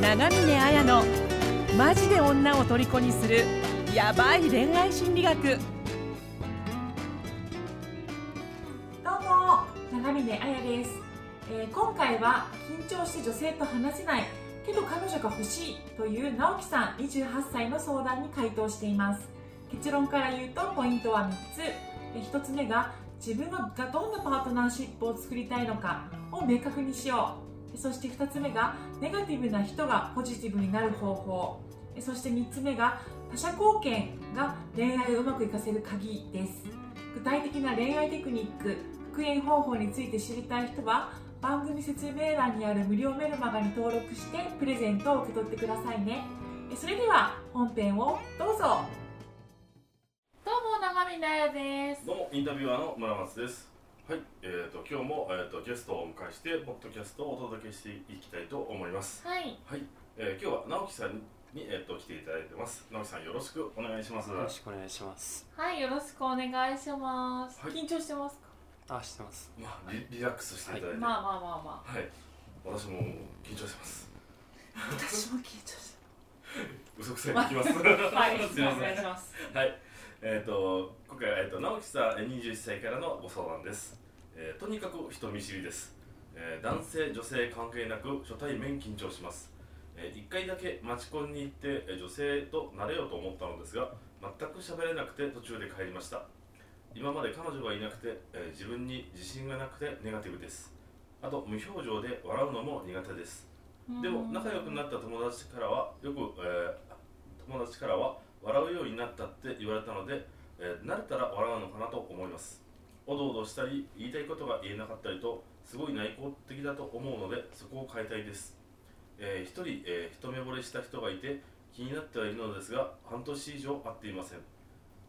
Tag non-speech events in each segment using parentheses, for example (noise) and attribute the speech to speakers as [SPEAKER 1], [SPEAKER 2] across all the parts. [SPEAKER 1] 長峰綾のマジで女を虜にするヤバい恋愛心理学
[SPEAKER 2] どうも長峰彩です、えー今回は緊張して女性と話せないけど彼女が欲しいという直樹さん28歳の相談に回答しています結論から言うとポイントは3つえー1つ目が自分がどんなパートナーシップを作りたいのかを明確にしようそして2つ目がネガティブな人がポジティブになる方法えそして3つ目が他者貢献が恋愛をうまくいかせる鍵です具体的な恋愛テクニック復縁方法について知りたい人は番組説明欄にある無料メルマガに登録してプレゼントを受け取ってくださいねえそれでは本編をどうぞどうも長見なやです
[SPEAKER 3] どうもインタビュアーの村松です。はい、えっ、と今日もえっ、とゲストをお迎えしてポッドキャストをお届けしていきたいと思います。
[SPEAKER 2] はい
[SPEAKER 3] はい、えー、今日は直樹さんにえっ、と来ていただいてます。直樹さんよろしくお願いします。
[SPEAKER 4] よろしくお願いします。
[SPEAKER 2] はいよろしくお願いします、
[SPEAKER 3] はい
[SPEAKER 2] 緊張してますか
[SPEAKER 4] あ、してます。
[SPEAKER 3] まあリリラックスしていただいて、
[SPEAKER 2] まあまあまあま
[SPEAKER 3] はい、私も緊張してます。
[SPEAKER 2] あ私も緊張し
[SPEAKER 3] 嘘くさいできます。
[SPEAKER 2] て
[SPEAKER 3] (laughs)
[SPEAKER 2] はい
[SPEAKER 3] すいま
[SPEAKER 2] お
[SPEAKER 3] せ
[SPEAKER 2] 願いし
[SPEAKER 3] ん。
[SPEAKER 2] ます
[SPEAKER 3] (laughs) はい、えっ、と今回はえっ、と直樹さんえー21歳からのご相談です。えーとにかく人見知りです、えー男性女性関係なく初対面緊張します。えー一回だけ街コンに行ってえー女性となれようと思ったのですが全く喋れなくて途中で帰りました今まで彼女がいなくて、えー自分に自信がなくてネガティブですあと無表情で笑うのも苦手ですでも仲良くなった友達からはよく、えー友達からは笑うようになったって言われたので、えー慣れたら笑うのかなと思いますおどおどしたり言いたいことが言えなかったりとすごい内向的だと思うのでそこを変えたいです、えー一人、えー一目惚れした人がいて気になってはいるのですが半年以上会っていません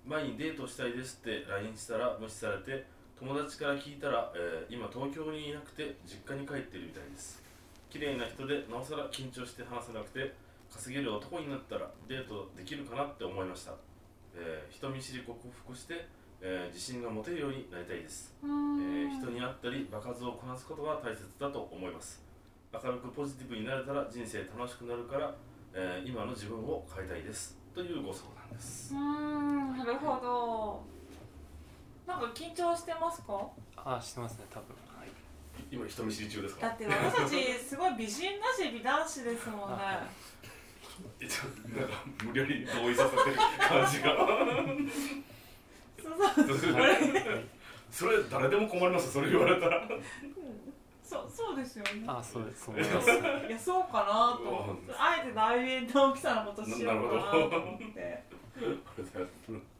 [SPEAKER 3] 前にデートしたいですって LINE したら無視されて友達から聞いたら、えー今東京にいなくて実家に帰ってるみたいです綺麗な人でなおさら緊張して話せなくて稼げる男になったらデートできるかなって思いました、えー人見知り克服して、えー自信が持てるようになりたいです、
[SPEAKER 2] う
[SPEAKER 3] え
[SPEAKER 2] ー
[SPEAKER 3] ー
[SPEAKER 2] ん
[SPEAKER 3] 人に会ったり場数をこなすことが大切だと思います明るくポジティブになれたら人生楽しくなるから、えー今の自分を変えたいですというご相談です
[SPEAKER 2] うーんなるほどなんか緊張してますか
[SPEAKER 4] あ、してますね。多分。はい。
[SPEAKER 3] 今人見知り中です
[SPEAKER 2] だ
[SPEAKER 3] か
[SPEAKER 2] って私たちすごい美人だし美男子ですもんね
[SPEAKER 3] えちょ (laughs) なんか無理やり同意させてる感
[SPEAKER 2] (laughs)
[SPEAKER 3] じが
[SPEAKER 2] そうそう
[SPEAKER 3] (laughs) それ誰でも困りますよそれ言われた (laughs) ら
[SPEAKER 2] そうそうですよね
[SPEAKER 4] あ、そうです。そう思います。
[SPEAKER 2] いやそうかなと思ってあえて大変な大きさのことしようかなと思って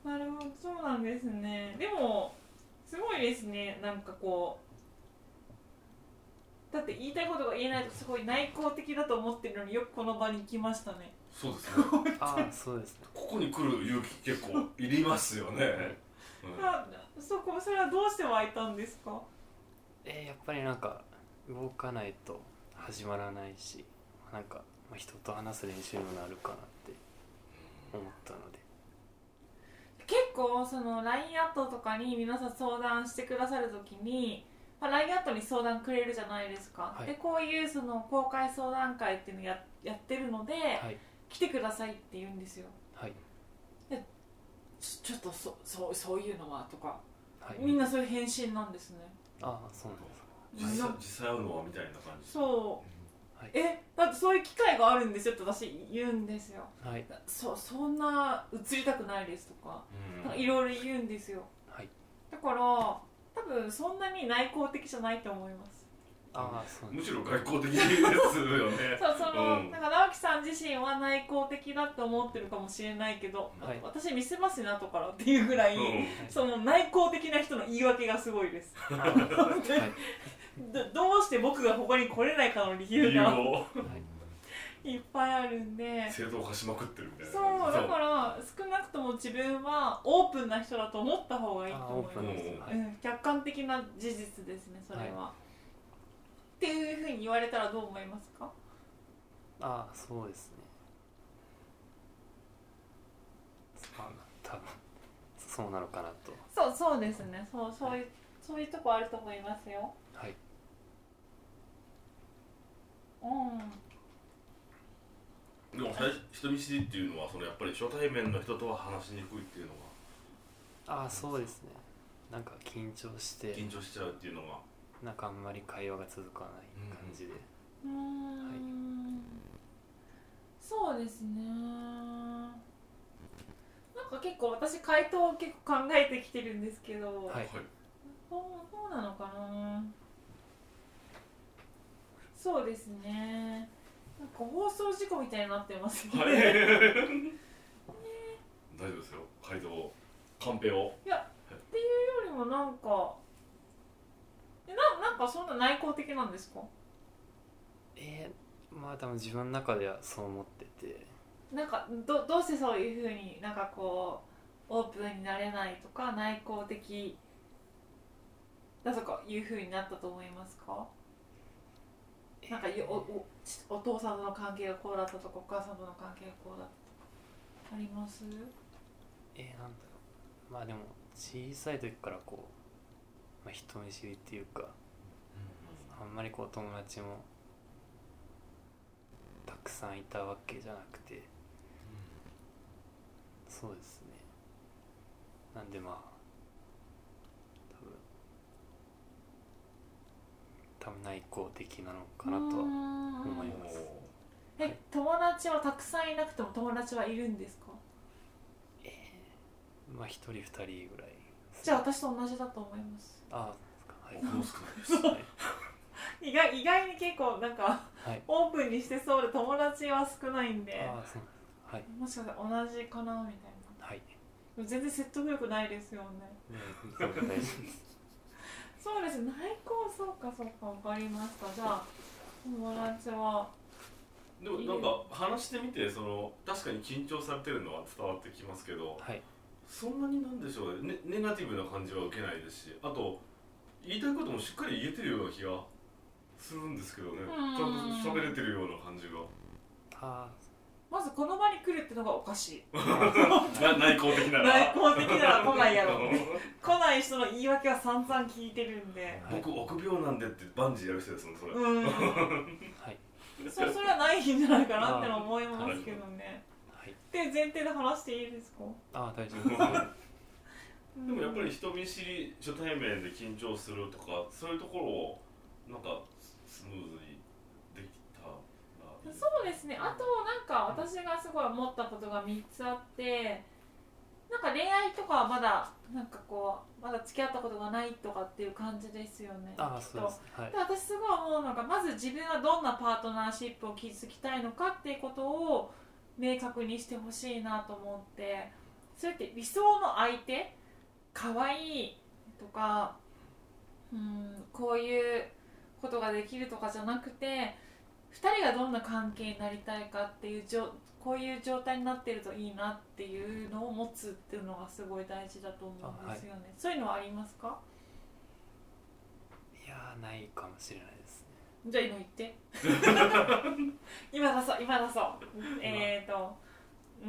[SPEAKER 2] なるほどそうなんですねでもすごいですねなんかこうだって言いたいことが言えないとすごい内向的だと思ってるのによくこの場に来ましたね
[SPEAKER 3] そうですね。こ
[SPEAKER 4] あ、そうですね。
[SPEAKER 3] こに来る勇気結構いりますよ
[SPEAKER 2] (laughs)
[SPEAKER 3] ね。うん
[SPEAKER 2] あそこそれはどうして湧いたんですか
[SPEAKER 4] えー、やっぱりなんか動かないと始まらないし、なんかまあ人と話す練習にもなるかなって思ったので。
[SPEAKER 2] 結構その LINE アットとかに皆さん相談してくださるときに、まあ、LINE アットに相談くれるじゃないですか、
[SPEAKER 4] はい
[SPEAKER 2] でこういうその公開相談会っていうのややってるので、
[SPEAKER 4] はい。
[SPEAKER 2] 来てくださいって言うんですよ
[SPEAKER 4] はい。
[SPEAKER 2] ちょちょっとそそうそういうのはとか
[SPEAKER 4] はい。
[SPEAKER 2] みんなそういう返信なんですね
[SPEAKER 4] あ、そうなんです。
[SPEAKER 3] 実際実際会うのはみたいな感じ。
[SPEAKER 2] そう
[SPEAKER 4] はい
[SPEAKER 2] えだってそういう機会があるんですよって私言うんですよ
[SPEAKER 4] はい。
[SPEAKER 2] そそんな映りたくないですとか
[SPEAKER 3] うん
[SPEAKER 2] なんかいろいろ言うんですよ
[SPEAKER 4] はい。
[SPEAKER 2] だから多分そんなに内向的じゃないと思います
[SPEAKER 4] あ、そうなん
[SPEAKER 3] む
[SPEAKER 4] です。
[SPEAKER 3] しろ外交的ですよね。
[SPEAKER 2] そうその、
[SPEAKER 3] うん
[SPEAKER 2] なんか直樹さん自身は内向的だと思ってるかもしれないけど、
[SPEAKER 4] はい
[SPEAKER 2] 私見せますね後からっていうぐらい、
[SPEAKER 3] うん
[SPEAKER 2] (laughs) その内向的な人の言い訳がすごいです
[SPEAKER 4] あは
[SPEAKER 2] 本当にどどうして僕がここに来れないかの理
[SPEAKER 3] 理
[SPEAKER 2] 由
[SPEAKER 3] 由
[SPEAKER 2] が
[SPEAKER 3] を
[SPEAKER 4] い。
[SPEAKER 2] いっぱいあるんで
[SPEAKER 3] 正当化しまくってるみたいな
[SPEAKER 2] そう
[SPEAKER 3] 感じ。
[SPEAKER 2] だから少なくとも自分はオープンな人だと思った方がいいと
[SPEAKER 4] あ、
[SPEAKER 2] 思い
[SPEAKER 4] オー
[SPEAKER 2] ます
[SPEAKER 4] プンです。
[SPEAKER 3] うん
[SPEAKER 4] は
[SPEAKER 2] う
[SPEAKER 4] い。
[SPEAKER 2] ん、客観的な事実ですねそれは、っていうふうに言われたらどう思いますか
[SPEAKER 4] あ、そうですね。あ、多分そうなのかなと。
[SPEAKER 2] そうそうですねそうそういうそういうとこあると思いますよ
[SPEAKER 4] はい。
[SPEAKER 2] うん
[SPEAKER 3] でも最初人見知りっていうのはそのやっぱり初対面の人とは話しにくいっていうのが
[SPEAKER 4] ああそうですねなんか緊張して
[SPEAKER 3] 緊張しちゃうっていうのが
[SPEAKER 4] なんかあんまり会話が続かない感じで、
[SPEAKER 2] うーんそうですねなんか結構私回答を結構考えてきてるんですけど、
[SPEAKER 4] はい
[SPEAKER 3] (laughs)
[SPEAKER 2] そうそうなのかなそうですねなんか放送事故みたいになってますね、
[SPEAKER 3] はい、
[SPEAKER 2] い
[SPEAKER 3] 大丈夫ですよ街道をカンペを
[SPEAKER 2] やっていうよりもなんかえななんかそんな内向的なんですか
[SPEAKER 4] えー、まあ多分自分の中ではそう思ってて
[SPEAKER 2] なんかどどうしてそういうふうになんかこうオープンになれないとか内向的だとかいうふうになったと思いますかなんかよおおちお父さんとの関係がこうだったとかお母さんとの関係がこうだったとかあります
[SPEAKER 4] えー、なんだろうまあでも小さい時からこう、まあ、人見知りっていうかあんまりこう友達もたくさんいたわけじゃなくてそうですねなんでまあ多分多分内向的なのかなとは思い
[SPEAKER 3] お
[SPEAKER 4] ます
[SPEAKER 3] ー
[SPEAKER 2] え友達はたくさんいなくても友達はいるんですか
[SPEAKER 4] まあ一人二人ぐらい
[SPEAKER 2] じゃあ私と同じだと思います
[SPEAKER 4] ああそう
[SPEAKER 3] 僕も
[SPEAKER 4] で
[SPEAKER 3] 少ないです
[SPEAKER 4] すかはい
[SPEAKER 2] 意外意外に結構なんか
[SPEAKER 4] はい
[SPEAKER 2] オープンにしてそうで友達は少ないんで
[SPEAKER 4] ああそうはい
[SPEAKER 2] もしかしたら同じかなみたいな
[SPEAKER 4] はい
[SPEAKER 2] でも全然説得力ないですよね
[SPEAKER 4] ねそう大丈夫です
[SPEAKER 2] そうです内向そうかそうか分かりましたじゃあ友達は
[SPEAKER 3] でもなんか話してみてその確かに緊張されてるのは伝わってきますけど
[SPEAKER 4] はい
[SPEAKER 3] そんなになんでしょうねネネガティブな感じは受けないですしあと言いたいこともしっかり言えてるような気がするんですけどねち
[SPEAKER 2] ん
[SPEAKER 3] ゃんと喋れてるような感じが
[SPEAKER 4] あ
[SPEAKER 2] まずこの場に来るってのがおかしい
[SPEAKER 3] な内向的な
[SPEAKER 2] 内
[SPEAKER 3] ら
[SPEAKER 2] 向的なら来ない
[SPEAKER 4] (laughs)
[SPEAKER 2] やろ
[SPEAKER 3] う
[SPEAKER 2] 来ない人の言い訳は散々聞いてるん
[SPEAKER 4] (laughs)
[SPEAKER 2] で
[SPEAKER 4] はい
[SPEAKER 3] ん (laughs) 僕臆病なんでってバンジーやる人ですもんそれ、
[SPEAKER 2] うん
[SPEAKER 4] あはい
[SPEAKER 2] そそれはないんじゃないかなってのは思いますけどね
[SPEAKER 4] はい
[SPEAKER 2] って前提で話していいですか
[SPEAKER 4] ああ大丈夫ですは
[SPEAKER 3] (laughs) でもやっぱり人見知り初対面で緊張するとかそういうところをなんかスムーズにできたらいい
[SPEAKER 2] そうですねあとなんか私がすごい思ったことが3つあってなんか恋愛とかはまだなんかこうまだ付き合ったことがないとかっていう感じですよね
[SPEAKER 4] ああ
[SPEAKER 2] きっ
[SPEAKER 4] そう
[SPEAKER 2] と
[SPEAKER 4] ですはい
[SPEAKER 2] で私すごい思うのがまず自分はどんなパートナーシップを築きたいのかっていうことを明確にしてほしいなと思ってそれって理想の相手可愛いとかうんこういうことができるとかじゃなくて2人がどんな関係になりたいかっていうじょこういう状態になってるといいなっていうのを持つっていうのがすごい大事だと思うんですよね、そういうのはありますか
[SPEAKER 4] いやーないかもしれないですね
[SPEAKER 2] じゃあ今言って (laughs) 今出そう今出そうえーと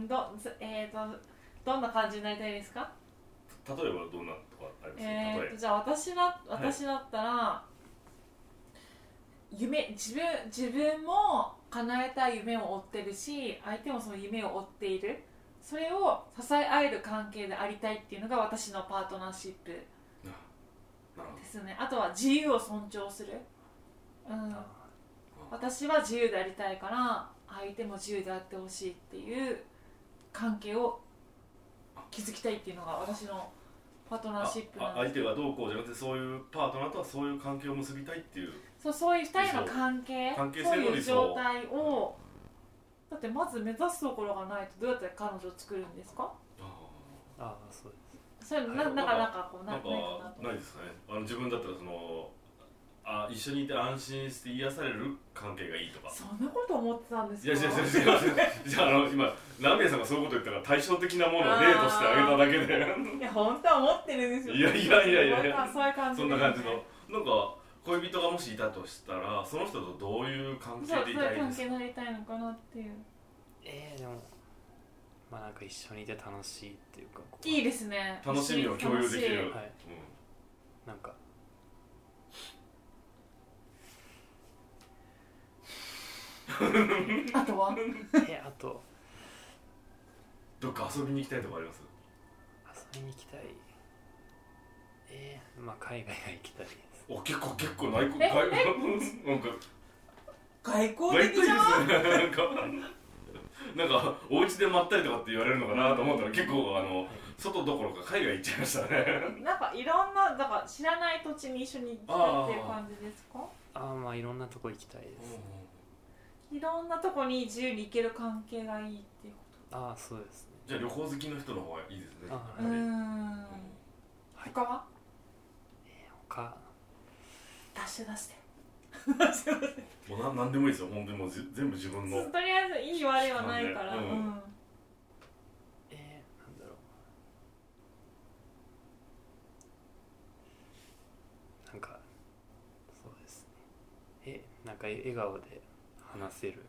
[SPEAKER 2] どえーとどんな感じになりたいですか
[SPEAKER 3] 例えばどんなとかありますか、
[SPEAKER 2] え
[SPEAKER 3] 例
[SPEAKER 2] ー
[SPEAKER 3] え
[SPEAKER 2] と
[SPEAKER 3] ば
[SPEAKER 2] じゃあ私だ私だったら、夢自分自分も叶えたい夢を追ってるし相手もその夢を追っているそれを支え合える関係でありたいっていうのが私のパートナーシップ
[SPEAKER 3] なるほ
[SPEAKER 2] ですねあとは自由を尊重するうん
[SPEAKER 4] あ
[SPEAKER 2] 私は自由でありたいから相手も自由であってほしいっていう関係を築きたいっていうのが私のパートナーシップ
[SPEAKER 3] ああ
[SPEAKER 2] なん
[SPEAKER 3] 相
[SPEAKER 2] です
[SPEAKER 3] 手がどうこうじゃなくてそういうパートナーとはそういう関係を結びたいっていう
[SPEAKER 2] そうそういう2人の関係
[SPEAKER 3] 関係
[SPEAKER 2] そう
[SPEAKER 3] 性の
[SPEAKER 2] いう
[SPEAKER 3] 理想
[SPEAKER 2] 状態をだってまず目指すところがないとどうやって彼女を作るんですか
[SPEAKER 4] ーあーそう
[SPEAKER 2] それなな
[SPEAKER 3] はい
[SPEAKER 2] んかなんかこうななん
[SPEAKER 3] な
[SPEAKER 2] い
[SPEAKER 3] か
[SPEAKER 2] かなと
[SPEAKER 3] ないですかねあの自分だったらそのあ一緒にいて安心して癒される関係がいいとか
[SPEAKER 2] そんなこと思ってたんです
[SPEAKER 3] い
[SPEAKER 2] か
[SPEAKER 3] や違う違う違う違うじゃああの今ラーメンさんがそういうこと言ったら対照的なものを例としてあげただけで
[SPEAKER 2] いや本当は思ってるんですよ
[SPEAKER 3] いやいやいやいや
[SPEAKER 2] 本当はそういう感じ
[SPEAKER 3] (laughs) そん
[SPEAKER 2] で
[SPEAKER 3] な感じのなんか恋人がもしいたとしたらその人とどういう関
[SPEAKER 2] そうそ
[SPEAKER 3] 係
[SPEAKER 2] う
[SPEAKER 3] で
[SPEAKER 2] い
[SPEAKER 3] いうたいで
[SPEAKER 2] 関
[SPEAKER 3] す
[SPEAKER 2] 係
[SPEAKER 3] か
[SPEAKER 2] になりたいのかなっていう
[SPEAKER 4] えー、でもまあなんか一緒にいて楽しいっていうかこう
[SPEAKER 2] いいですね
[SPEAKER 3] 楽しみを共有できる、
[SPEAKER 4] はいなん
[SPEAKER 2] (laughs)
[SPEAKER 4] か
[SPEAKER 2] あとは
[SPEAKER 4] えあと
[SPEAKER 3] どっか遊びに行きたいとこあります
[SPEAKER 4] 遊びに行きたいえー、まあ海外が行きたいです
[SPEAKER 3] お結構結構内向
[SPEAKER 2] え
[SPEAKER 3] 外向 (laughs) なんか
[SPEAKER 2] 外交
[SPEAKER 3] 割と
[SPEAKER 2] 的
[SPEAKER 3] いいです
[SPEAKER 2] じ
[SPEAKER 3] ね
[SPEAKER 2] ゃん
[SPEAKER 3] なんかなんかお家でまったりとかって言われるのかなと思ったら結構あの外どころか海外行っちゃいましたね (laughs)
[SPEAKER 2] なんかいろんなだから知らない土地に一緒に行きたいっていう感じですか
[SPEAKER 4] ああまあいろんなとこ行きたいです
[SPEAKER 2] いろんなとこに自由に行ける関係がいいっていうこ
[SPEAKER 4] ああそうですね
[SPEAKER 3] じゃあ旅行好きの人の方がいいですね
[SPEAKER 4] あ
[SPEAKER 2] とうー
[SPEAKER 4] はい
[SPEAKER 2] ん他は
[SPEAKER 4] 他
[SPEAKER 2] 出して出して出して (laughs) 出して
[SPEAKER 3] もうな何でもいいですよ本当にもうず全部自分の
[SPEAKER 2] とりあえずいい悪いはないから、
[SPEAKER 3] う
[SPEAKER 2] うんん
[SPEAKER 4] えー、なんだろうなんかそうですねえなんかえ笑顔で話せるみ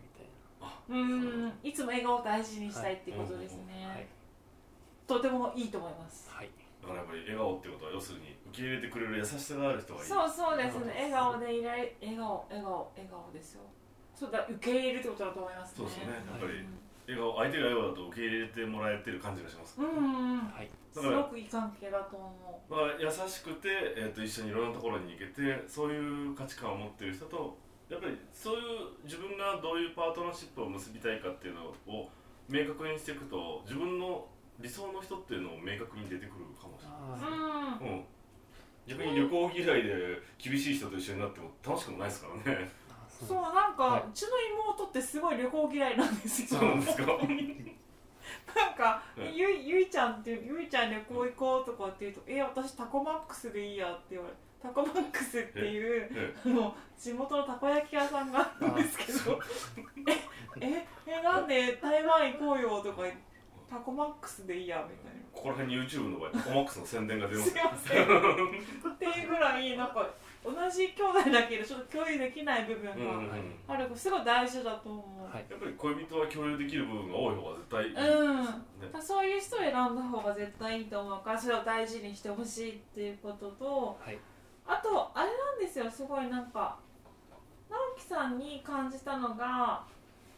[SPEAKER 4] たい
[SPEAKER 2] うんいつも笑顔を大事にしたいっていうことですね、
[SPEAKER 4] なはい
[SPEAKER 2] とてもいいと思います
[SPEAKER 4] はい
[SPEAKER 3] だからやっぱり笑顔ってことは要するに受け入れてくれる優しさがある人がいい
[SPEAKER 2] そうそうです
[SPEAKER 4] そうで
[SPEAKER 2] ね
[SPEAKER 4] す
[SPEAKER 2] 笑顔でいられ笑顔笑顔笑顔ですよそうだ受け入れるってことだと思いますね
[SPEAKER 3] そうですねやっぱり
[SPEAKER 2] うん
[SPEAKER 3] 笑顔相手が笑顔だと受け入れてもらえてる感じがします
[SPEAKER 2] うんうんうん
[SPEAKER 4] はい
[SPEAKER 2] すごくいい関係だと思
[SPEAKER 3] だから優しくて、えー、と一緒にいろんなところに行けてそういう価値観を持ってる人とやっぱりそういう自分がどういうパートナーシップを結びたいかっていうのを明確にしていくと自分の理想の人っていうのも明確に出てくるかもし
[SPEAKER 2] う。う
[SPEAKER 4] あ
[SPEAKER 2] ん。
[SPEAKER 3] れない、うん、逆に旅行嫌いで厳しい人と一緒になっても楽しくもないですからね
[SPEAKER 4] ーあー
[SPEAKER 2] そう
[SPEAKER 4] う
[SPEAKER 2] なんか、
[SPEAKER 4] はいう
[SPEAKER 2] ちの妹ってすごい旅行嫌いなんですよ。
[SPEAKER 3] (laughs) そうなんですか
[SPEAKER 2] なんか、
[SPEAKER 3] はい
[SPEAKER 2] ゆいゆいちゃんってゆいちゃん旅行行こうとかって言うと、え私タコマックスでいいやって言われる。タコマックスっていう
[SPEAKER 3] え
[SPEAKER 2] あの地元のたこ焼き屋さんがあるんです
[SPEAKER 3] (laughs)
[SPEAKER 2] けどええなんで台湾行こうよとか言ってタコマックスでいいやみたいな
[SPEAKER 3] ここら辺に YouTube の場合コマックスの宣伝が出 (laughs) ます
[SPEAKER 2] すいませんっていうぐらいなんか同じ兄弟だけどちょっと共有できない部分
[SPEAKER 3] うんうんうん
[SPEAKER 2] があるすごい大事だと思う、
[SPEAKER 4] はい
[SPEAKER 3] やっぱり恋人は共有できる部分が多い方が絶対いいですよ
[SPEAKER 2] うん
[SPEAKER 3] ね
[SPEAKER 2] そういう人を選んだ方が絶対いいと思うからそれを大事にしてほしいっていうことと
[SPEAKER 4] はい
[SPEAKER 2] あとあれなんですよすごいなんか直樹さんに感じたのが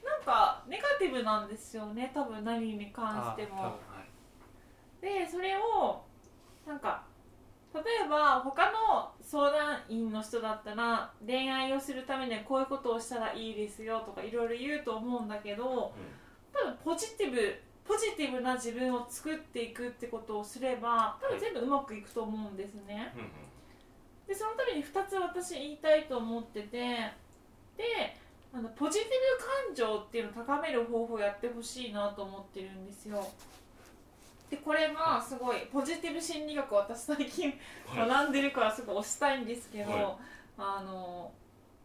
[SPEAKER 2] なんかネガティブなんですよね多分何に関
[SPEAKER 4] あ
[SPEAKER 2] して
[SPEAKER 4] ー多分
[SPEAKER 2] も
[SPEAKER 4] は。
[SPEAKER 2] でそれをなんか例えば他の相談員の人だったら恋愛をするためにはこういうことをしたらいいですよとかいろいろ言うと思うんだけど多分ポジティブポジティブな自分を作っていくってことをすれば多分全部うまくいくと思うんですね。
[SPEAKER 3] うんうん
[SPEAKER 2] でそのために2つ私言いたいと思っててであのポジティブ感情っていうのを高める方法をやってほしいなと思ってるんですよでこれがすごいポジティブ心理学を私最近
[SPEAKER 3] うんはい
[SPEAKER 2] 学んでるからすごい推したいんですけど、
[SPEAKER 3] はい
[SPEAKER 2] あの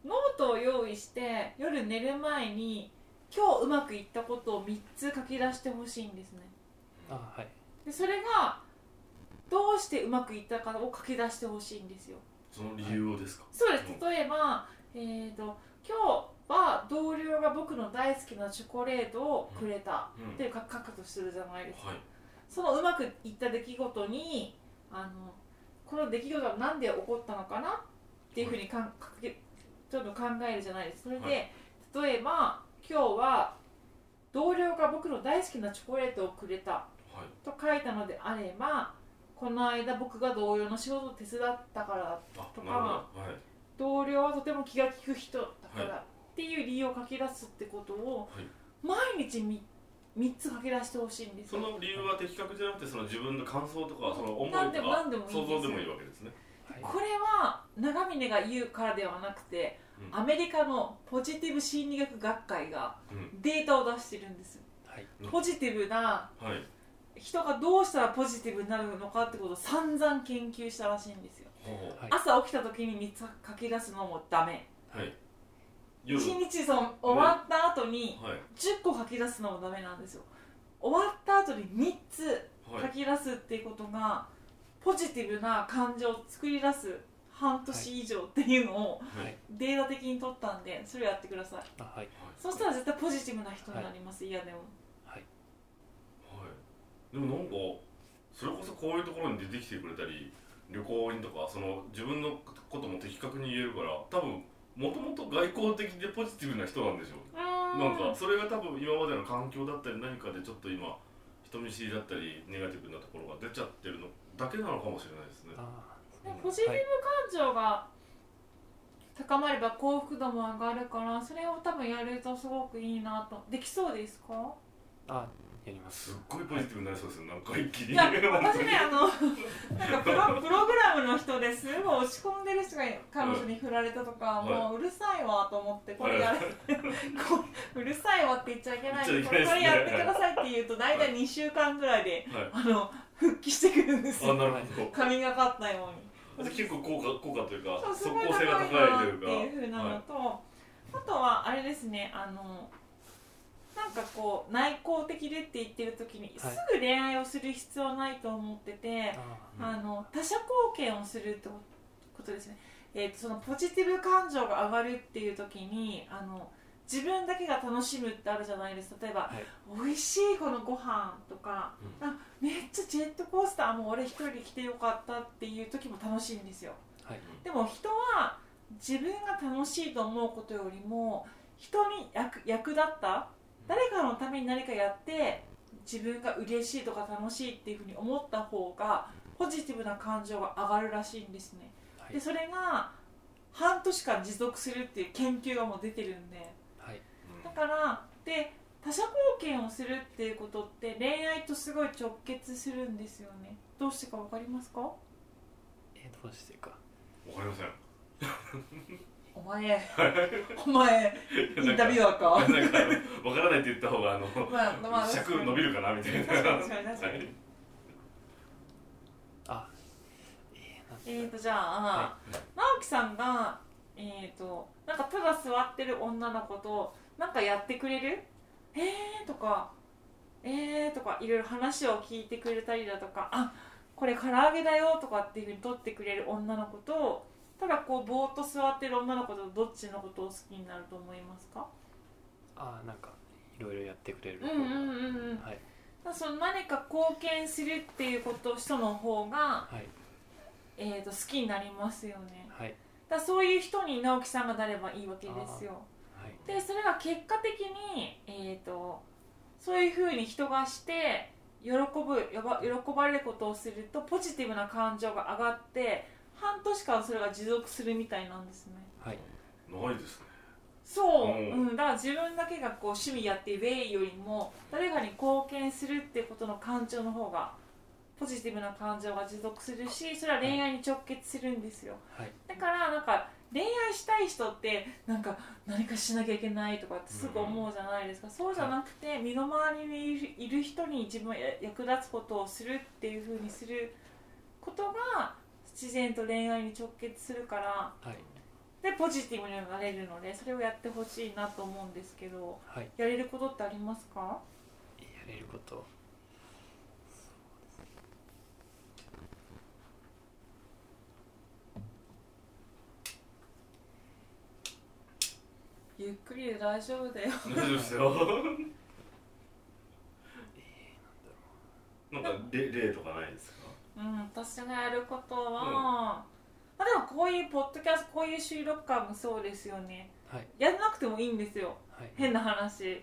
[SPEAKER 2] ノートを用意して夜寝る前に今日うまくいったことを3つ書き出してほしいんですね
[SPEAKER 4] あーはい
[SPEAKER 2] でそれがどうしてうまくいったかを書き出してほしいんですよ
[SPEAKER 3] その理由をですか
[SPEAKER 2] そうです例えば、えー、と今日は同僚が僕の大好きなチョコレートをくれた
[SPEAKER 3] うん
[SPEAKER 2] って書くとするじゃないですか、
[SPEAKER 3] はい
[SPEAKER 2] そのうまくいった出来事にあのこの出来事は何で起こったのかなっていうふうにかんかけちょっと考えるじゃないですかそれで、例えば今日は同僚が僕の大好きなチョコレートをくれた
[SPEAKER 3] はい
[SPEAKER 2] と書いたのであればこの間僕が同僚の仕事を手伝ったからだ
[SPEAKER 3] あ
[SPEAKER 2] とか
[SPEAKER 3] なるほどはい
[SPEAKER 2] 同僚はとても気が利く人だから、
[SPEAKER 3] はい
[SPEAKER 2] っていう理由を書き出すってことを、
[SPEAKER 3] はい
[SPEAKER 2] 毎日 3, つ書き出してほしいんです
[SPEAKER 3] そ
[SPEAKER 2] よ
[SPEAKER 3] の理由は的確じゃなくてその自分の感想とかその思いと
[SPEAKER 2] なんでも
[SPEAKER 3] か
[SPEAKER 2] なんでもいいです
[SPEAKER 3] 想像でもいいわけですね
[SPEAKER 4] はい
[SPEAKER 2] これは長峰が言うからではなくて、
[SPEAKER 3] うん
[SPEAKER 2] アメリカのポジティブ心理学学会が
[SPEAKER 3] うん
[SPEAKER 2] データを出してるんですよ
[SPEAKER 4] はい
[SPEAKER 3] うん
[SPEAKER 2] ポジティブな
[SPEAKER 3] はい
[SPEAKER 2] 人がどうしたらポジティブになるのかってことを散々研究したらしいんですよ、
[SPEAKER 3] ほ
[SPEAKER 4] はい
[SPEAKER 2] 朝起きた時に3つ書き出すのもダメ
[SPEAKER 3] うはい
[SPEAKER 2] 1
[SPEAKER 3] 夜はい
[SPEAKER 2] 日その終わった後に、10個書き出すのもダメなんですよ終わった後に3つ
[SPEAKER 3] は
[SPEAKER 2] 書き
[SPEAKER 3] い
[SPEAKER 2] 出すっていうことがポジティブな感情を作り出す半年以上っていうのを
[SPEAKER 3] はい
[SPEAKER 2] データ的に取ったんでそれやってください
[SPEAKER 4] あはい
[SPEAKER 2] そしたら絶対ポジティブな人になります、嫌でも
[SPEAKER 3] はいでもなんかそれこそこういうところに出てきてくれたり旅行員とかその自分のことも的確に言えるから多分もともと外交的でポジティブな人なんでしょう
[SPEAKER 2] うーん
[SPEAKER 3] なんかそれが多分今までの環境だったり何かでちょっと今人見知りだったりネガティブなところが出ちゃってるのだけなのかもしれないですね。
[SPEAKER 4] あ
[SPEAKER 3] うん
[SPEAKER 2] ポジティブ感情が高まれば幸福度も上がるからそれを多分やるとすごくいいなとできそうですか
[SPEAKER 4] ーあやりますす
[SPEAKER 3] っごいポジティブになりそうですよ、なんか一気に。
[SPEAKER 2] いや私ねあ
[SPEAKER 3] (laughs)
[SPEAKER 2] のなんかプロプログラムの人ですごい落ち込んでる人が彼女に振られたとか、
[SPEAKER 3] はい
[SPEAKER 2] もううるさいわと思ってこれやれ、こううるさいわって言っちゃいけない
[SPEAKER 3] 言っちゃ
[SPEAKER 2] こ
[SPEAKER 3] いけ
[SPEAKER 2] れこ
[SPEAKER 3] ないですね
[SPEAKER 2] れやってくださいって言うと大体2週間ぐらいで、あの復帰してくるんです
[SPEAKER 3] あ、
[SPEAKER 2] よ
[SPEAKER 3] なるほど。
[SPEAKER 2] 神がかったように。
[SPEAKER 3] じゃあ結構効果効果というか
[SPEAKER 2] そうす
[SPEAKER 3] 即
[SPEAKER 2] ごい
[SPEAKER 3] 効
[SPEAKER 2] 高
[SPEAKER 3] 性
[SPEAKER 2] い
[SPEAKER 3] が
[SPEAKER 2] な
[SPEAKER 3] 高い
[SPEAKER 2] っ
[SPEAKER 3] と
[SPEAKER 2] て
[SPEAKER 3] い
[SPEAKER 2] いううふう
[SPEAKER 3] か。
[SPEAKER 2] なの
[SPEAKER 3] は
[SPEAKER 2] と、あとはあれですねあのなんかこう内向的でって言ってる時に、
[SPEAKER 4] はい
[SPEAKER 2] すぐ恋愛をする必要ないと思ってて、
[SPEAKER 4] あ
[SPEAKER 3] うん
[SPEAKER 2] あの他者貢献をするってことですね、えー、とそのポジティブ感情が上がるっていう時にあの自分だけが楽しむってあるじゃないですか例えば、
[SPEAKER 4] はい
[SPEAKER 2] 美味しいこのご飯とか、
[SPEAKER 3] う
[SPEAKER 2] あめっちゃジェットコースターもう俺一人で来てよかったっていう時も楽しいんですよでも人は自分が楽しいと思うことよりも人に役役立った誰かのために何かやって自分が嬉しいとか楽しいっていうふうに思った方がポジティブな感情が上がるらしいんですね、
[SPEAKER 4] はい
[SPEAKER 2] でそれが半年間持続するっていう研究がもう出てるんで
[SPEAKER 4] はい
[SPEAKER 3] うん
[SPEAKER 2] だからで他者貢献をするっていうことって恋愛とすごい直結するんですよねどうしてか分かりますか
[SPEAKER 4] えどうしてか
[SPEAKER 3] わかりません。
[SPEAKER 2] お前お
[SPEAKER 3] (laughs)
[SPEAKER 2] 前インタビュアーか
[SPEAKER 3] なんかわからないって言った方があの、
[SPEAKER 2] まあまあ
[SPEAKER 3] 尺伸びるかなみたいな。
[SPEAKER 2] 確かに確かに確かに
[SPEAKER 3] はい
[SPEAKER 4] あえー、なん
[SPEAKER 2] えー
[SPEAKER 4] だ
[SPEAKER 2] とじゃあ、直樹さんがえーとなんかただ座ってる女の子となんかやってくれるえーとかえーとかいろいろ話を聞いてくれたりだとかあこれ唐揚げだよとかっていうふうに取ってくれる女の子とただこうぼーっと座ってる女の子とどっちのことを好きになると思いますか
[SPEAKER 4] あーなんかいろいろやってくれる
[SPEAKER 2] う
[SPEAKER 4] 方
[SPEAKER 2] ん
[SPEAKER 4] が
[SPEAKER 2] うんうんうん
[SPEAKER 4] はい
[SPEAKER 2] だからその何か貢献するっていうこと人の方が、
[SPEAKER 4] はい
[SPEAKER 2] えー、と好きになりますよね
[SPEAKER 4] はい
[SPEAKER 2] だからそういう人に直樹さんがなればいいわけですよ
[SPEAKER 4] はい
[SPEAKER 2] でそれが結果的に、えー、とそういうふうに人がして喜ぶやば喜ばれることをするとポジティブな感情が上がって半年間それが持続するみたいなんですね
[SPEAKER 4] はい
[SPEAKER 3] ないですね。
[SPEAKER 2] そう、
[SPEAKER 3] おー
[SPEAKER 2] うん、だから自分だけがこう趣味やってウェイよりも誰かに貢献するってことの感情の方がポジティブな感情が持続するしそれは恋愛に直結するんですよ
[SPEAKER 4] はい
[SPEAKER 2] だからなんか恋愛したい人ってなんか何かしなきゃいけないとかってすぐ思うじゃないですか、そうじゃなくて身の回りにいるいる人に自分が役立つことをするっていうふうにすることが自然と恋愛に直結するから
[SPEAKER 4] はい
[SPEAKER 2] でポジティブになれるのでそれをやってほしいなと思うんですけど
[SPEAKER 4] はい
[SPEAKER 2] やれることってありますか
[SPEAKER 4] やれること
[SPEAKER 2] ゆっくりで大丈夫だよ
[SPEAKER 3] 大丈夫ですよ。なんか例例とかないですか。
[SPEAKER 2] うん私がやることは、まあでもこういうポッドキャストこういう収録感もそうですよね
[SPEAKER 4] はい
[SPEAKER 2] やらなくてもいいんですよ
[SPEAKER 4] はい
[SPEAKER 2] 変な話
[SPEAKER 4] はい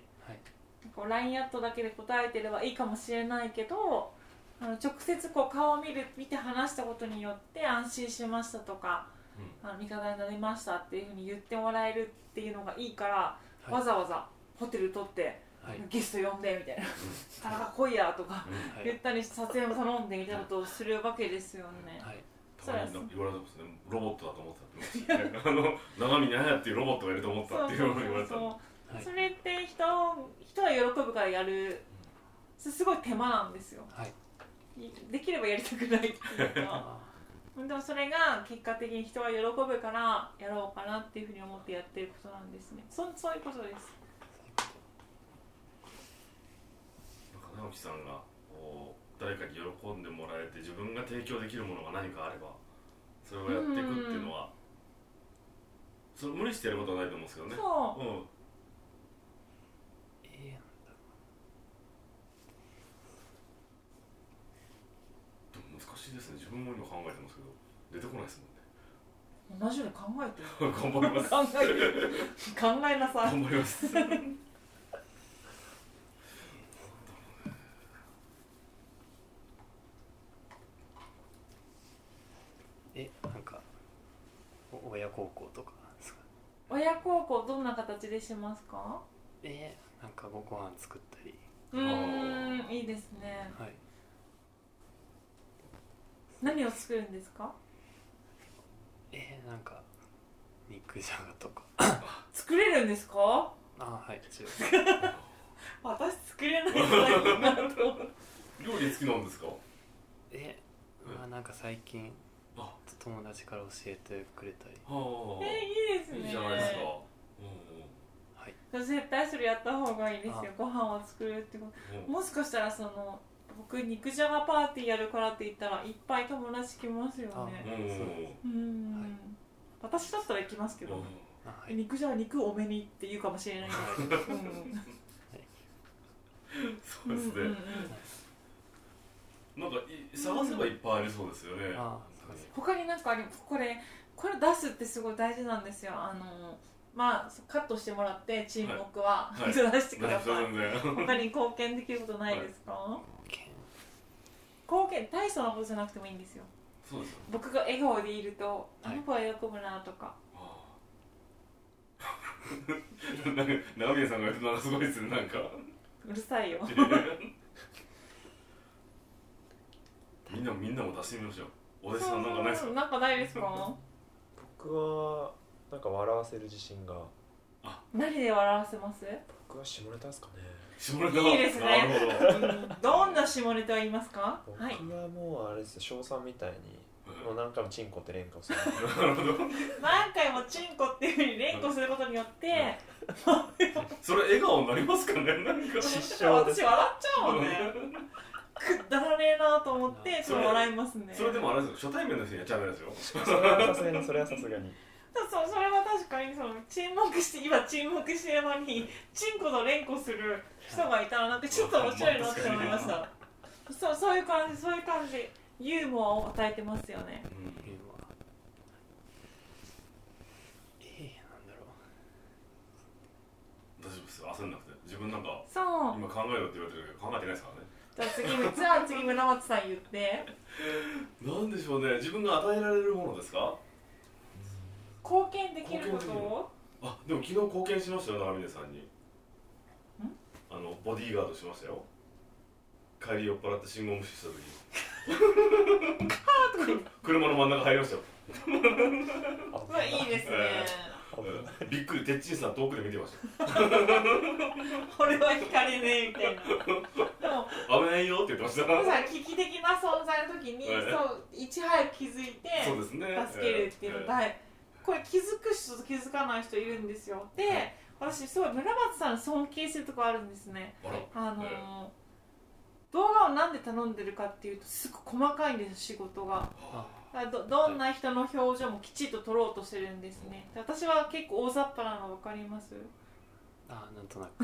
[SPEAKER 2] こう LINE アットだけで答えてればいいかもしれないけどあの直接こう顔を見る見て話したことによって安心しましたとか
[SPEAKER 3] う
[SPEAKER 2] あの味方になりましたっていうふうに言ってもらえるっていうのがいいから、
[SPEAKER 4] はい
[SPEAKER 2] わざわざホテル取って、
[SPEAKER 4] はい
[SPEAKER 2] ゲスト呼んでみたいな「田中来いや」とか、
[SPEAKER 4] は
[SPEAKER 2] 言っ
[SPEAKER 4] い
[SPEAKER 2] たりして撮影も頼んでみたいなことをするわけですよね。
[SPEAKER 4] はい
[SPEAKER 3] たまになんか言われたんですね。ロボットだと思ってたって言ってましたね。あの長見にあやっていうロボットがいると思ったっていうふうに言われたんで。
[SPEAKER 2] そう
[SPEAKER 4] はい
[SPEAKER 2] それって人人が喜ぶからやるそれすごい手間なんですよ
[SPEAKER 4] はい
[SPEAKER 2] いできればやりたくないっていうか
[SPEAKER 4] あ
[SPEAKER 2] でもそれが結果的に人が喜ぶからやろうかなっていうふうに思ってやってることなんですねそそういうことです
[SPEAKER 4] ーそういうこと
[SPEAKER 3] なんか直樹さんがこう誰かに喜んでもらえて自分が提供できるものが何かあればそれをやっていくっていうのはそれ無理してやることはないと思うんですけどね
[SPEAKER 2] そう
[SPEAKER 3] うん
[SPEAKER 4] えー
[SPEAKER 3] でも難しいですね自分も今考えてますけど出てこないですもんね
[SPEAKER 2] 同じように考えてる
[SPEAKER 3] (laughs) 頑張ります
[SPEAKER 2] 考えてる考えなさい
[SPEAKER 3] 頑張ります
[SPEAKER 4] 親孝行とかですか
[SPEAKER 2] 親孝行どんな形でしますか
[SPEAKER 4] えーなんかごご飯作ったり
[SPEAKER 2] うーんいいですね
[SPEAKER 4] はい
[SPEAKER 2] 何を作るんですか
[SPEAKER 4] えーなんか肉じゃがとか
[SPEAKER 2] 作れるんですか
[SPEAKER 4] あーはい一応
[SPEAKER 2] 私作れないからな
[SPEAKER 3] (laughs)
[SPEAKER 2] と思って
[SPEAKER 3] 料理好きなんですか
[SPEAKER 4] えまあなんか最近
[SPEAKER 3] あ
[SPEAKER 4] 友達から教えてくれたり
[SPEAKER 3] はあ、
[SPEAKER 2] えいいですね
[SPEAKER 3] いいじゃないですか、
[SPEAKER 4] はい
[SPEAKER 2] 絶対それやった方がいいですよ
[SPEAKER 4] あ
[SPEAKER 2] ご飯を作るってこ
[SPEAKER 3] うん
[SPEAKER 2] と
[SPEAKER 3] うん
[SPEAKER 2] もしかしたらその僕肉じゃがパーティーやるからって言ったらいっぱい友達来ますよね
[SPEAKER 3] うんうん
[SPEAKER 2] うーん、
[SPEAKER 4] はい
[SPEAKER 2] 私だったら行きますけど、
[SPEAKER 4] あはい
[SPEAKER 2] 肉じゃが肉多めにって言うかもしれないです、、
[SPEAKER 3] そううんですね、
[SPEAKER 2] うんうんうん
[SPEAKER 3] なんかい探せばいっぱいありそうですよね、
[SPEAKER 4] んあーそうです
[SPEAKER 2] 他になんかありますこれこれ出すってすごい大事なんですよあのまあカットしてもらって沈黙は、
[SPEAKER 3] はいはい
[SPEAKER 2] ずらしてください、
[SPEAKER 3] 全然
[SPEAKER 2] 他に貢献できることないですか、
[SPEAKER 4] けん
[SPEAKER 2] 貢献大層なことじゃなくてもいいんですよ
[SPEAKER 3] そうですよね
[SPEAKER 2] 僕が笑顔でいるとあ
[SPEAKER 4] はい
[SPEAKER 2] の子は喜ぶなとか、
[SPEAKER 3] ああ (laughs) なんか長宮さんが言うとなんかすごいですねな
[SPEAKER 2] (laughs)
[SPEAKER 3] んか
[SPEAKER 2] うるさいよ
[SPEAKER 3] みんなみんなも出してみましょうお弟子さんなんかないですか
[SPEAKER 2] そうなんかないですか
[SPEAKER 5] 僕はなんか笑わせる自信が
[SPEAKER 2] 何で笑わせます
[SPEAKER 5] 僕は下ネタですかね
[SPEAKER 3] 下ネタ
[SPEAKER 2] いいですね
[SPEAKER 3] なるほど
[SPEAKER 2] どんな下ネタを言いますか
[SPEAKER 5] 僕
[SPEAKER 2] はい
[SPEAKER 5] はもうあれですよ翔さんみたいにもう何回もチンコって連呼
[SPEAKER 2] (laughs)
[SPEAKER 5] する
[SPEAKER 2] 何回もチンコっていうふうに連呼することによって、
[SPEAKER 3] それ笑顔になりますかねなんか
[SPEAKER 5] 失笑で
[SPEAKER 2] 私
[SPEAKER 5] す
[SPEAKER 2] 笑っちゃうもんねくだらねえなと思って
[SPEAKER 3] それ
[SPEAKER 2] 笑いますね
[SPEAKER 3] それでもあれですよ初対面の人にやっちゃダメですよ
[SPEAKER 5] それはさすがにそれはさすがに
[SPEAKER 2] そうそれは確かにその沈黙して今沈黙してる間にチンコの連呼する人がいたらなんかちょっと面白いなって思いましたそうそういう感じそういう感じユーモアを与えてますよね
[SPEAKER 4] 理由はええなんだろ
[SPEAKER 3] 大丈夫ですよ焦んなくて自分なんか
[SPEAKER 2] そう
[SPEAKER 3] 今考えろって言われてるけど考えてないですからね
[SPEAKER 2] じゃあ次じゃあ次村松さん言って
[SPEAKER 3] なんでしょうね自分が与えられるものですか
[SPEAKER 2] 貢献できることを
[SPEAKER 3] あでも昨日貢献しましたよ長峰さんにあのボディーガードしましたよ帰り酔っ払って信号無視した時に車の真ん中入りましたよ、
[SPEAKER 2] まあいいですね
[SPEAKER 3] え
[SPEAKER 2] (laughs)
[SPEAKER 3] うんびっくりてっちんさん遠くで見てました
[SPEAKER 2] これは惹かれねえみたいなでも
[SPEAKER 3] 危ないよって言ってました
[SPEAKER 2] 皆さん危機的な存在の時に
[SPEAKER 3] ええ
[SPEAKER 2] そういち早く気づいて
[SPEAKER 3] そうですね
[SPEAKER 2] 助けるっていうの
[SPEAKER 3] え
[SPEAKER 2] 大、これ気づく人と気づかない人いるんですよで、
[SPEAKER 3] はい
[SPEAKER 2] 私すごい村松さん尊敬するとこあるんですね
[SPEAKER 3] えあら
[SPEAKER 2] あのー
[SPEAKER 3] え
[SPEAKER 2] 動画をなんで頼んでるかっていうとすごく細かいんです仕事が
[SPEAKER 4] う
[SPEAKER 3] あ
[SPEAKER 4] あ
[SPEAKER 2] だからどどんな人の表情もきちっと撮ろうとしてるんですねで私は結構大雑把なの分かります
[SPEAKER 4] あなんとなく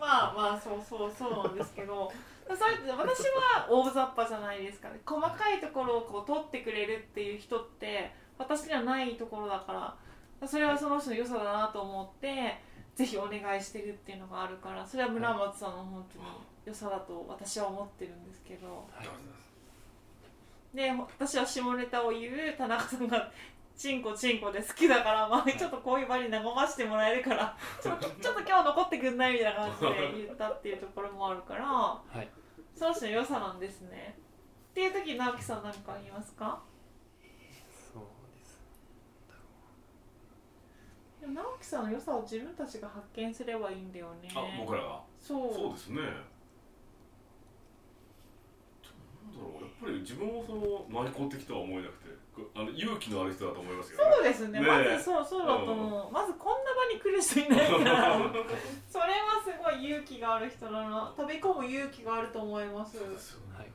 [SPEAKER 2] まあまあそうそうそうなんですけどそれって私は大雑把じゃないですかね細かいところをこう取ってくれるっていう人って私にはないところだからそれはその人の良さだなと思ってぜひお願いしてるっていうのがあるからそれは村松さんの本当に良さだと私は思ってるんですけど
[SPEAKER 3] ありがとう
[SPEAKER 2] で私は下ネタを言う田中さんがチンコチンコで好きだから、まあ、ちょっとこういう場に和ましてもらえるからちょっとちょっと今日残ってくんないみたいな感じで言ったっていうところもあるから
[SPEAKER 4] はい
[SPEAKER 2] その人の良さなんですねっていう時直樹さん何かありますか
[SPEAKER 4] そうです
[SPEAKER 2] でも直樹さんの良さを自分たちが発見すればいいんだよね
[SPEAKER 3] ございますあ僕らが
[SPEAKER 2] そう
[SPEAKER 3] そうですね。どうなんだろう、やっぱり自分もその内向的とは思えなくて、こあの勇気のある人だと思いますけどね。
[SPEAKER 2] そうですね
[SPEAKER 3] ね
[SPEAKER 2] ま
[SPEAKER 3] え
[SPEAKER 2] ずそうそうだと思う、まずこんな場に来る人いないから
[SPEAKER 3] (laughs)
[SPEAKER 2] それはすごい勇気がある人だな飛び込む勇気があると思います
[SPEAKER 3] そうですよね。
[SPEAKER 4] はい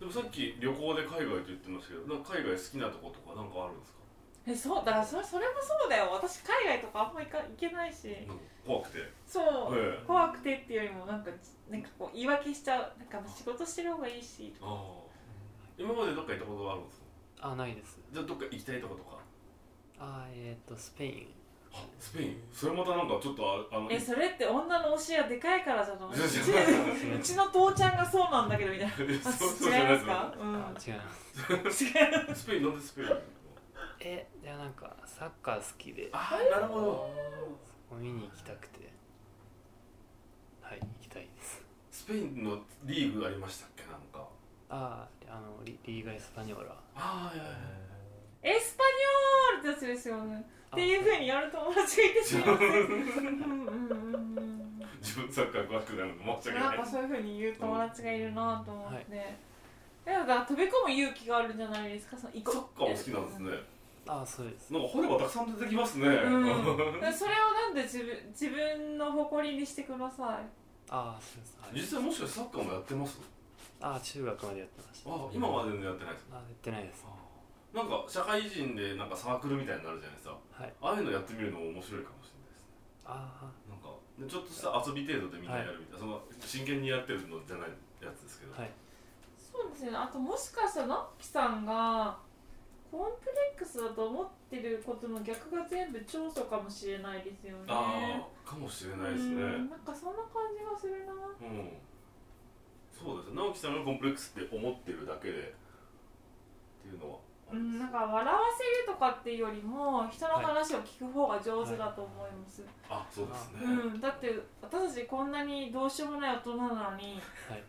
[SPEAKER 3] でもさっき旅行で海外と言ってましたけど、なんか海外好きなとことかなんかあるんですか？
[SPEAKER 2] えそうだからそれそれもそうだよ私海外とかあんま行か行けないし
[SPEAKER 3] なんか怖くて。
[SPEAKER 2] そう、
[SPEAKER 3] ええ
[SPEAKER 2] 怖くてっていうよりもなんかなんかこう言い訳しちゃうなんかまあ仕事してる方がいいし
[SPEAKER 3] ああ。今までどっか行ったことはあるんですか？
[SPEAKER 4] あないです
[SPEAKER 3] じゃあどっか行きたいとことか。
[SPEAKER 4] あえっ、とスペイン
[SPEAKER 3] あ、スペイン。それまたなんかちょっとああの。 (laughs)
[SPEAKER 2] えそれって女の教えがでかいからじゃない
[SPEAKER 3] そうそう
[SPEAKER 2] うちの父ちゃんがそうなんだけどみたいな
[SPEAKER 3] そうそう
[SPEAKER 2] あ
[SPEAKER 3] じゃ
[SPEAKER 2] 違い
[SPEAKER 3] な
[SPEAKER 2] ま
[SPEAKER 3] いですすね
[SPEAKER 2] かうん
[SPEAKER 4] あ違います
[SPEAKER 2] 違う (laughs)
[SPEAKER 3] スペインなんでスペイン？
[SPEAKER 4] えじゃあなんかサッカー好きで
[SPEAKER 3] ああなるほど
[SPEAKER 4] 見に行きたくてはい行きたいです
[SPEAKER 3] スペインのリーグありましたっけなんか
[SPEAKER 4] あああのリリーガ・エスパニョーラ
[SPEAKER 3] ああいやいやい
[SPEAKER 2] エスパニョールってやつですよね
[SPEAKER 4] あ
[SPEAKER 2] っていうふうにやる友達がいてしまって
[SPEAKER 3] や
[SPEAKER 2] うんうんうんうん
[SPEAKER 3] 自分サッカー詳しくなるの申し訳
[SPEAKER 2] な
[SPEAKER 3] なんい
[SPEAKER 2] かそういうふうに言う友達がいるなと思って、でもだから飛び込む勇気があるじゃないですかその行こう
[SPEAKER 3] サッカーも好きなんですね
[SPEAKER 4] ああそうです
[SPEAKER 3] なんか掘ればたくさん出てきますね、
[SPEAKER 2] うん、でそれをなんで自分自分の誇りにしてください
[SPEAKER 4] ああそうですはい
[SPEAKER 3] (laughs) 実際もしかしてサッカーもやってます
[SPEAKER 4] ああ中学までやってました
[SPEAKER 3] あ今は全然やってないです
[SPEAKER 4] あやってないです
[SPEAKER 3] なんか社会人でなんかサークルみたいになるじゃないですか
[SPEAKER 4] はい
[SPEAKER 3] ああいうのやってみるのも面白いかもしれないですね
[SPEAKER 4] あ
[SPEAKER 3] なんかでちょっとした遊び程度でみんなやるみたいな、その真剣にやってるのじゃないやつですけど、
[SPEAKER 4] あはい
[SPEAKER 2] そうですねあともしかしたら直樹さんがコンプレックスだと思ってることの逆が全部長所かもしれないですよね
[SPEAKER 3] ああかもしれないですねう
[SPEAKER 2] うん
[SPEAKER 3] ん
[SPEAKER 2] なんかそんな感じがするな
[SPEAKER 3] そうですね直樹さんがコンプレックスって思ってるだけでっていうのは
[SPEAKER 2] うん、なんか笑わせるとかっていうよりも人の話を聞く方が上手だと思います、
[SPEAKER 3] あそうですね、
[SPEAKER 2] うん、だって私たちこんなにどうしようもない大人なのに、
[SPEAKER 4] はい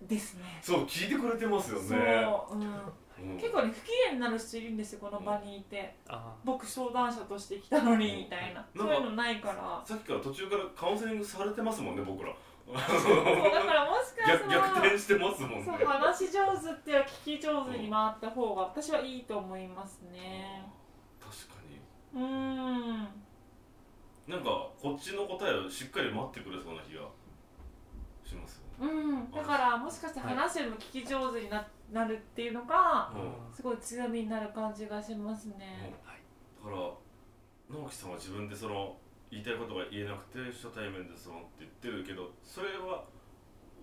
[SPEAKER 2] うん、ですね
[SPEAKER 3] そう聞いてくれてますよね
[SPEAKER 2] そう、うん、
[SPEAKER 3] うん
[SPEAKER 2] 結構ね不機嫌になる人いるんですよこの場にいて、
[SPEAKER 4] あ
[SPEAKER 2] 僕相談者として来たの
[SPEAKER 3] うん
[SPEAKER 2] にみたいな、
[SPEAKER 3] なん
[SPEAKER 2] そう
[SPEAKER 3] か
[SPEAKER 2] いうのないから
[SPEAKER 3] さっきから途中からカウンセリングされてますもんね僕ら
[SPEAKER 2] そうだからもしかした
[SPEAKER 3] 逆逆
[SPEAKER 2] ら
[SPEAKER 3] 転してますもんね
[SPEAKER 2] そう話し上手っていうよりは聞き上手に回った方が私はいいと思いますね
[SPEAKER 3] 確かに
[SPEAKER 2] うん
[SPEAKER 3] なんかこっちの答えをしっかり待ってくれそうな気がしますよね
[SPEAKER 2] うん、だからもしかして話よりも聞き上手にな,、なるっていうのが
[SPEAKER 4] あ
[SPEAKER 3] うん
[SPEAKER 2] すごい強みになる感じがしますね。
[SPEAKER 3] だから直樹さんは自分でその言いたいことが言えなくて初対面でそのって言ってるけどそれは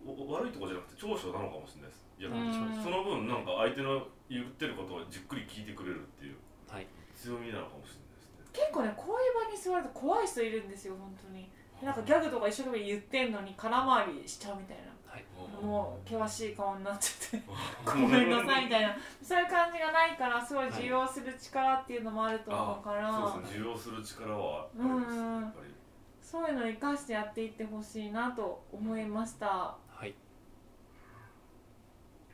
[SPEAKER 3] お悪いとこじゃなくて長所なのかもしれないですいや
[SPEAKER 2] うん
[SPEAKER 3] その分なんか相手の言ってることをじっくり聞いてくれるっていう
[SPEAKER 4] はい
[SPEAKER 3] 強みなのかもしれないですね
[SPEAKER 2] 結構ねこういう場に座ると怖い人いるんですよ本当になんかギャグとか一生懸命言ってんのに空回りしちゃうみたいな
[SPEAKER 4] はい
[SPEAKER 3] (laughs)
[SPEAKER 2] もう険しい顔になっちゃって
[SPEAKER 3] ご
[SPEAKER 2] ごめんなさいみたいなそういう感じがないからすごい受容する力っていうのもあると思うから、
[SPEAKER 3] そうですね受容する力はありますねやっぱり
[SPEAKER 2] そういうのを生かしてやっていってほしいなと思いました
[SPEAKER 4] はい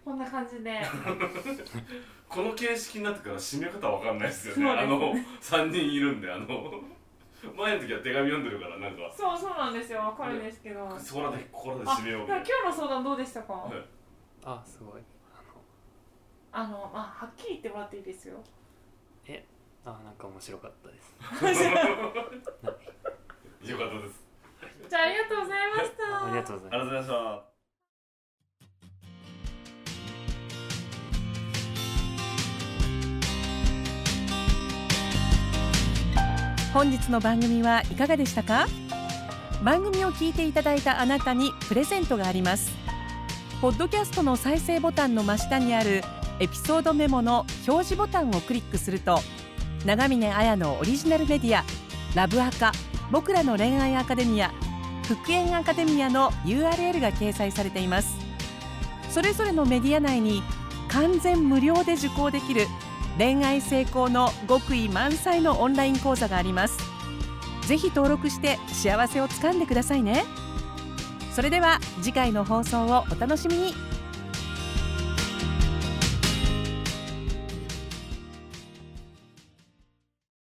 [SPEAKER 2] こんな感じ
[SPEAKER 3] (laughs)
[SPEAKER 2] で
[SPEAKER 3] この形式になってから締め方わかんないですよね
[SPEAKER 2] そうで
[SPEAKER 3] あ
[SPEAKER 2] すね
[SPEAKER 3] の3人いるんであの (laughs) 前の時は手紙読んでるからなんか
[SPEAKER 2] そうそうなんですよわかるんですけど、
[SPEAKER 3] そこらでここらで
[SPEAKER 2] あ
[SPEAKER 3] 締めようみ
[SPEAKER 2] だ
[SPEAKER 3] た
[SPEAKER 2] か
[SPEAKER 3] い
[SPEAKER 2] ら今
[SPEAKER 3] な
[SPEAKER 2] 日の相談どうでしたか、
[SPEAKER 3] はい
[SPEAKER 4] ああすごい
[SPEAKER 2] あのまあはっきり言ってもらっていいですよ
[SPEAKER 4] あのああなんか面白かったです
[SPEAKER 3] よかったです
[SPEAKER 2] じゃあありがとうございました
[SPEAKER 4] ありがとうござ
[SPEAKER 3] あり
[SPEAKER 4] います
[SPEAKER 3] がとうございました
[SPEAKER 1] 本日の番組はいかがでしたか番組を聞いていただいたあなたにプレゼントがありますポッドキャストの再生ボタンの真下にあるエピソードメモの表示ボタンをクリックすると長峰綾のオリジナルメディアラブアカ僕らの恋愛アカデミア復縁アカデミアの URL が掲載されていますそれぞれのメディア内に完全無料で受講できる恋愛成功の極意満載のオンライン講座がありますぜひ登録して幸せをつかんでくださいねそれでは次回の放送をお楽しみに